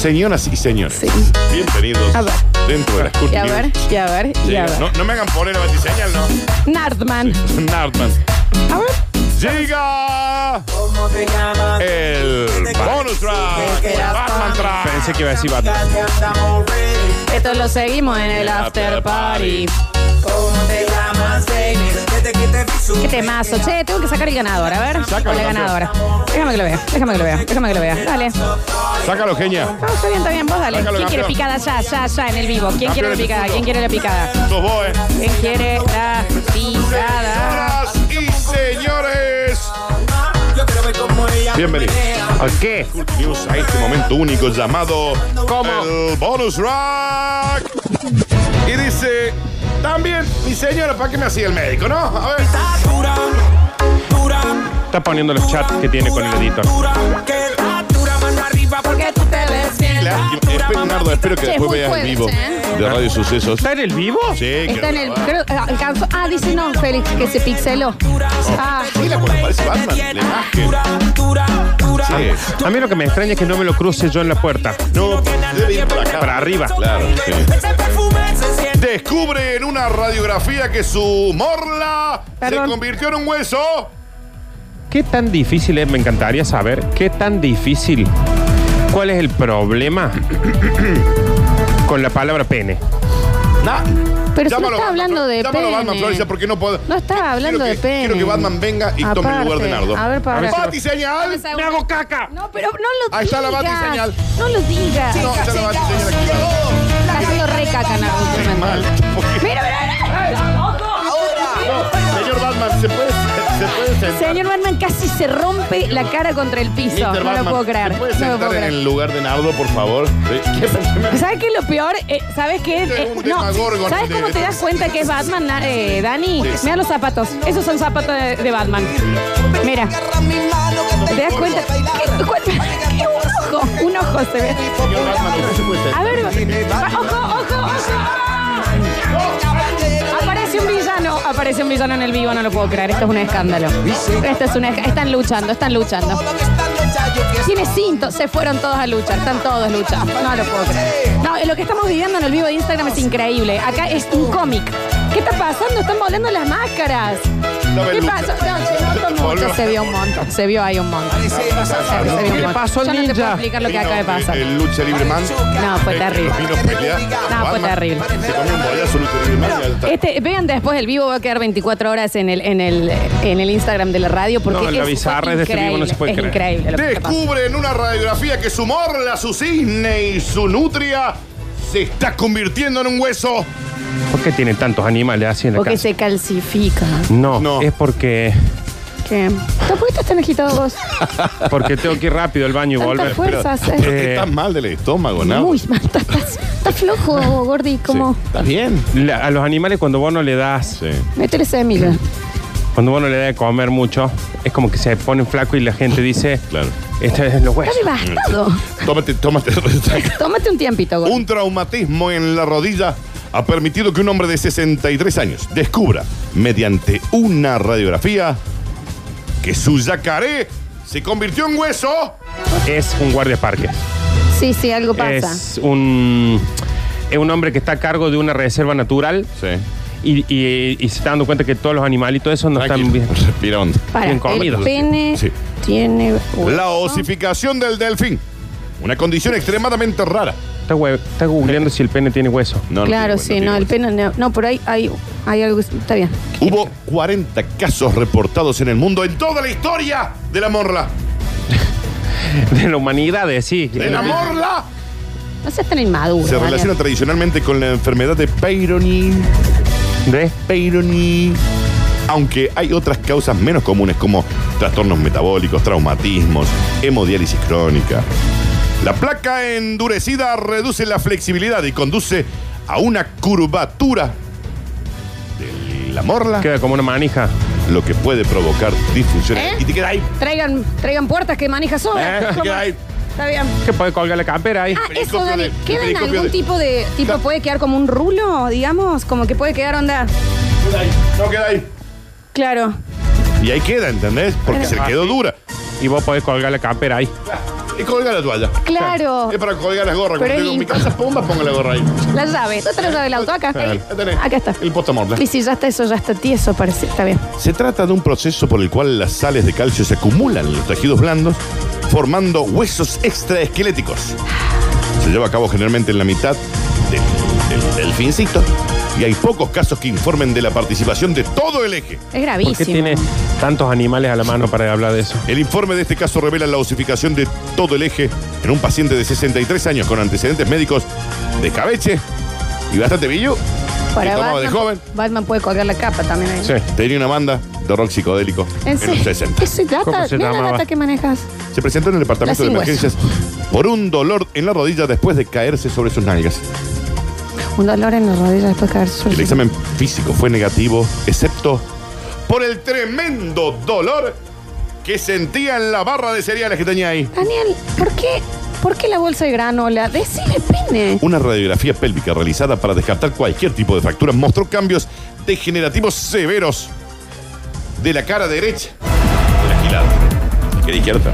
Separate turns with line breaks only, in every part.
Señoras y señores,
Sí.
bienvenidos
A ver.
dentro de las
Y a ver, y a ver, y a ver.
No, no me hagan poner la batiseñal, no.
Nardman.
Nardman.
A ver.
Llega
¿Cómo te llamas?
el bonus track, Batman track.
Pensé que iba a decir Batman.
Ya andamos ready.
Esto lo seguimos en el after party.
¿Cómo te llamas, baby? Desde que te vi
Qué
supe
temazo. Che, tengo que sacar el ganador, a ver.
Sácalo,
O la
campeón.
ganadora. Déjame que lo vea, déjame que lo vea, déjame que lo vea. Dale.
Sácalo, genia.
No, está bien, está bien, vos dale.
Sácalo,
¿Quién quiere
campeón.
picada ya, ya, ya en el vivo? ¿Quién quiere la
Campeones del
picada?
mundo.
¿Quién quiere la picada?
Sos vos, eh.
¿Quién quiere la picada?
Señoras y señores,
Yo quiero ver cómo ella
bienvenidos.
¿Por qué?
Bienvenidos a este momento único llamado
¿Cómo?
el bonus track. Y dice, también, mi señora, ¿para qué me hacía el médico, no? A ver.
Está dura, dura,
Está poniendo los chats que tiene con el editor.
dura, que está dura, mano arriba, porque
Porque tú te ves bien.
La- Espe- Nardo, espero que
Che,
después
muy
veas el
jueves,
vivo
¿eh?
de Radio Sucesos.
¿Está en el vivo?
Sí,
Está en el.
grabar.
Creo, alcanzó. Ah, dice no, Félix, que se pixeló.
Oh.
Ah,
Mira cuando aparece Batman, la imagen.
dura, dura.
Sí.
A mí lo que me extraña es que no me lo cruce yo en la puerta.
No, debe ir para acá.
Para arriba.
Claro, sí.
Ese perfume se siente
Descubre en una radiografía que su morla
Perdón.
se convirtió en un hueso.
¿Qué tan difícil es? Me encantaría saber. ¿Qué tan difícil? ¿Cuál es el problema con la palabra pene?
Nah.
Pero si no
Llámalo,
está hablando de
Llámalo a Batman
pene.
Florida porque no puedo.
No está
Quiero
hablando
que-
de pene.
Quiero que Batman venga y tome el lugar
Aparte,
de Nardo.
a ver, para.
A ver si
Bati
Dame
señal.
esa-
¡Me hago caca!
No, pero no lo
Ahí
digas.
está la batiseñal.
No lo digas.
No, ya la Bati señal aquí.
Está haciendo recaca, Nardo.
Qué mal.
Mira, mira,
No, señor Batman, ¿se puede, se puede sentar?
mira. Señor Batman casi se rompe la cara contra el piso.
Mr.
no
Batman,
lo puedo creer.
¿Se puede
No lo
sentar
puedo
en
creer.
el lugar de Nardo, por favor? Sí.
¿Sabes qué es lo peor? Eh, ¿Sabes qué?
Este es
Eh,
un
no.
demagorgon
¿Sabes
de-
cómo
de-
te das cuenta que es Batman, na- eh, Dani?
Sí.
Mira los zapatos. Esos son zapatos de, de Batman. Mira.
agarra mi mano que
¿Te das cuenta? ¿Qué- cuál- qué un ojo. Un ojo se ve.
Señor Batman, ¿usted se puede sentar?
A ver. Ojo, ojo, ojo. Aparece un villano. Aparece un villano en el vivo. No lo puedo creer. Esto es un escándalo. Esto es una, están luchando, están luchando.
todo lo que está lucha, yo quiero
Tiene cinto, se fueron todos a luchar, están todos luchando. No lo puedo creer. No, lo que estamos viviendo en el vivo de Instagram es increíble. Acá es un cómic. ¿Qué está pasando? Están volando las máscaras.
Estaba
¿Qué
en
pasó? No, se notó mucho, se vio un montón. Se vio ahí un montón.
que se vas a
Se vio un
¿Qué le
montón.
pasó al
Yo no te puedo
ninja?
explicar lo que acaba de
Vino
pasar.
El, el lucha libre man.
No, fue terrible.
Eh, Vino a pelear.
No, fue
Batman
terrible.
Se comió un bollazo lucha libre man. y ya está.
Este, vean después el vivo, va a quedar 24 horas en el, en el, en el Instagram de la radio porque
No, la
es
bizarra de este vivo no se puede
es
creer.
increíble lo que está pasando.
Descubre en una radiografía que su morla, su cisne y su nutria se está convirtiendo en un hueso.
¿Por qué tiene tantos animales así en la
Porque
casa?
se calcifica.
No,
No.
es porque,
¿Qué? ¿Por qué estás tan agitado vos?
porque tengo que ir rápido al baño y
Tanta
volver.
fuerzas. eh.
Pero estás mal del estómago, ¿no?
Muy mal, estás, estás- estás flojo, Gordi, como
Sí. ¿Estás bien?
La- a los animales cuando vos no le das
Sí.
métele semilla.
Cuando uno le da de comer mucho, es como que se ponen flaco y la gente dice,
Claro.
este es
Estás
los huesos.
devastado.
Tómate, tómate.
Tómate un tiempito, Gordi.
Un traumatismo en la rodilla ha permitido que un hombre de 63 años descubra, mediante una radiografía, que su yacaré se convirtió en hueso.
Es un guardia de parques.
Sí, sí, algo pasa.
Es un, es un hombre que está a cargo de una reserva natural
Sí.
y, y- y se está dando cuenta que todos los animalitos esos no están bien.
Respira hondo.
Para,
bien
el
comido.
pene
Sí.
tiene...
La osificación del delfín. Una condición extremadamente rara.
Está, hue- está googleando si el pene tiene hueso.
No, no
Claro,
tiene-
sí,
tiene
no, el
hueso.
pene no. No, por ahí hay, hay algo... Está bien.
Hubo 40 casos reportados en el mundo en toda la historia de la morla.
De la humanidad, de sí.
¡De la morla!
No seas tan inmaduro.
Se
Mariano.
relaciona tradicionalmente con la enfermedad de Peyronie.
De-
Peyronie. Aunque hay otras causas menos comunes como trastornos metabólicos, traumatismos, hemodiálisis crónica. La placa endurecida reduce la flexibilidad y conduce a una curvatura de la morla,
Queda como una manija.
lo que puede provocar disfunciones.
¿Eh?
Y te queda ahí.
Traigan, traigan puertas que manejas
Eh,
sobra.
te queda ahí.
Está bien.
Que puede colgar la campera ahí.
Ah, eso,
Periscopio
Dani,
de-
¿queda en
periscopio
algún
de-
tipo de... Tipo,
Claro.
puede quedar como un rulo, digamos? Como que puede quedar onda...
queda ahí, No queda ahí.
Claro.
Y ahí queda, ¿entendés? Porque se le quedó dura.
Y vos podés colgar la campera ahí.
Es colgar la toalla.
Claro.
Es para colgar las gorras.
Oh. Pero
Cuando
es
tengo mi casa pomba, pongo la gorra ahí.
La llave. ¿Dónde está la llave del auto? Acá.
Ahí la tenés.
Acá está.
El postamortem.
Y si ya está eso, ya está tieso, parece. Está bien.
Se trata de un proceso por el cual las sales de calcio se acumulan en los tejidos blandos, formando huesos extraesqueléticos. Se lleva a cabo generalmente en la mitad del, del- del fincito y hay pocos casos que informen de la participación de todo el eje.
Es gravísimo.
¿Por qué tiene tantos animales a la mano para hablar de eso?
El informe de este caso revela la osificación de todo el eje en un paciente de 63 años con antecedentes médicos de cabeche y bastante billo.
Para
que tomaba de joven.
Batman puede colgar la capa también ahí.
Sí.
Tenía una banda de rock psicodélico en,
En
los
serio.
60.
Eso es data.
¿Cómo se
Mira la
llamaba?
data que manejas.
Se presentó en el departamento de
Las sin
emergencias por un dolor en la rodilla después de caerse sobre sus nalgas.
Un dolor en la rodilla después de caer
El examen físico fue negativo, excepto por el tremendo dolor que sentía en la barra de cereales que tenía ahí.
Daniel, ¿por qué, ¿por qué la bolsa de granola? Decime, pene.
Una radiografía pélvica realizada para descartar cualquier tipo de fractura mostró cambios degenerativos severos de la cara derecha de la quilada, la cara izquierda.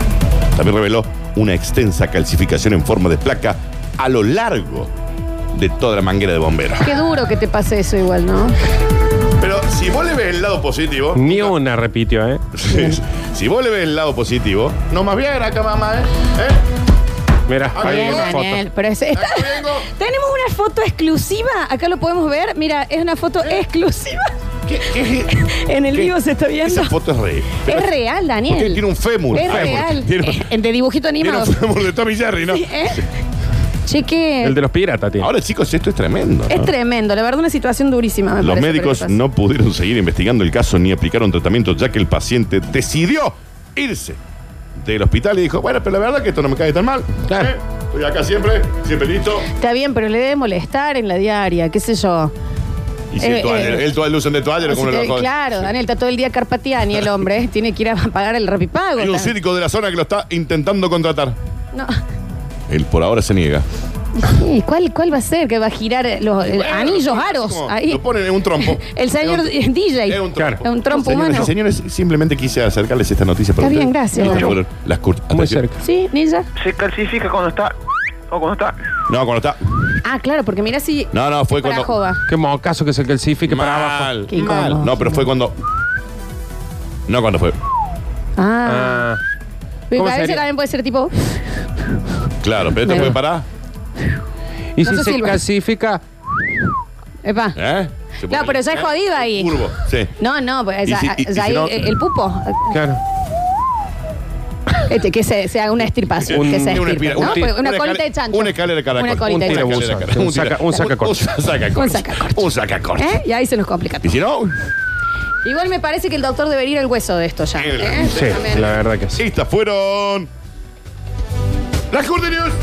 También reveló una extensa calcificación en forma de placa a lo largo de toda la manguera de bomberos.
Qué duro que te pase eso igual, ¿no?
Pero si vos le ves el lado positivo,
Ni una repitió, ¿eh?
si vos le ves el lado positivo, no más bien acá, mamá, ¿eh? ¿Eh?
Mira,
Ah,
ahí hay
bien,
una
Daniel,
foto.
pero es- está-
Acá vengo.
tenemos una foto exclusiva. Acá lo podemos ver. Mira, es una foto exclusiva.
¿Qué- qué-
En el
¿Qué?
vivo se está viendo.
Esa foto es real. Pero-
es real, Daniel.
Porque tiene un fémur.
Es
Fémur.
real.
Tiene,
Eh, de dibujito
tiene
animado.
un fémur de Tommy Jerry, ¿no?
¿Eh? Cheque.
El de los piratas, tío.
Ahora, chicos, esto es tremendo. ¿no?
Es tremendo, la verdad, una situación durísima. me
Los
parece,
médicos
pero le
no pudieron seguir investigando el caso ni aplicaron tratamiento, ya que el paciente decidió irse del hospital y dijo: Bueno, pero la verdad que esto no me cae tan mal.
Claro.
¿eh? Estoy acá siempre, siempre listo.
pasa. Está bien, pero le debe molestar en la diaria, qué sé yo.
Y si
Eh,
el toallero,
eh.
el toallero, usan de toallero,
Así
como
que,
lo joden?
claro, Daniel está todo el día carpateando y el hombre eh, tiene que ir a pagar el repipago.
Hay un
también.
cínico de la zona que lo está intentando contratar.
No.
Él por ahora se niega.
Sí, ¿cuál, ¿Cuál va a ser? Que va a girar los eh, anillos, aros.
¿Cómo?
Ahí.
Lo ponen en un trompo.
El señor
Es
eh, DJ.
es un
Claro.
trompo.
Es un trompo
Señoras
humano.
y señores, simplemente quise acercarles esta noticia para
Está bien,
ustedes.
gracias.
Estas fueron Las cur-
Muy
atención.
cerca.
Sí, ninja.
se calcifica cuando está o cuando está
No, cuando está.
Ah, claro, porque mira si.
No, no, fue
para
cuando.
jova.
Qué mocaso que se calcifique para abajo.
Mal.
Qué
mal.
incómodo.
No, pero fue cuando. No, cuando fue.
Ah.
Ah,
Pero
¿cómo
a veces
sería?
también puede ser tipo.
Claro, pero esto
Bueno.
fue para.
y
No
si
se
se
silba.
calcifica,
Epa.
¿Eh? Se pone-
No, pero ya es
¿eh?
jodido ahí.
Curvo, sí.
No, no, pues
Y
ya,
si- y- y
ya
si
ahí
no-
el, el pupo.
claro.
Este, que se, se haga una estirpación,
Un-
que se
Una,
estirpe,
espira-
¿no?
un ti-
Pues una, colita
escalera-
de chancho.
Una escalera de caracol.
Una colita de
Un
chancho.
tirabuzo.
Un saca- un sacacorcho.
Un sacacorcho.
Un sacacorcho.
Un sacacorcho.
¿Eh? Y ahí se nos complica
Y
todo.
si no,
Igual me parece que el doctor debería ir al hueso de esto ya.
Sí,
¿eh?
Sí,
También.
la verdad que sí.
estas fueron. Las Curti News.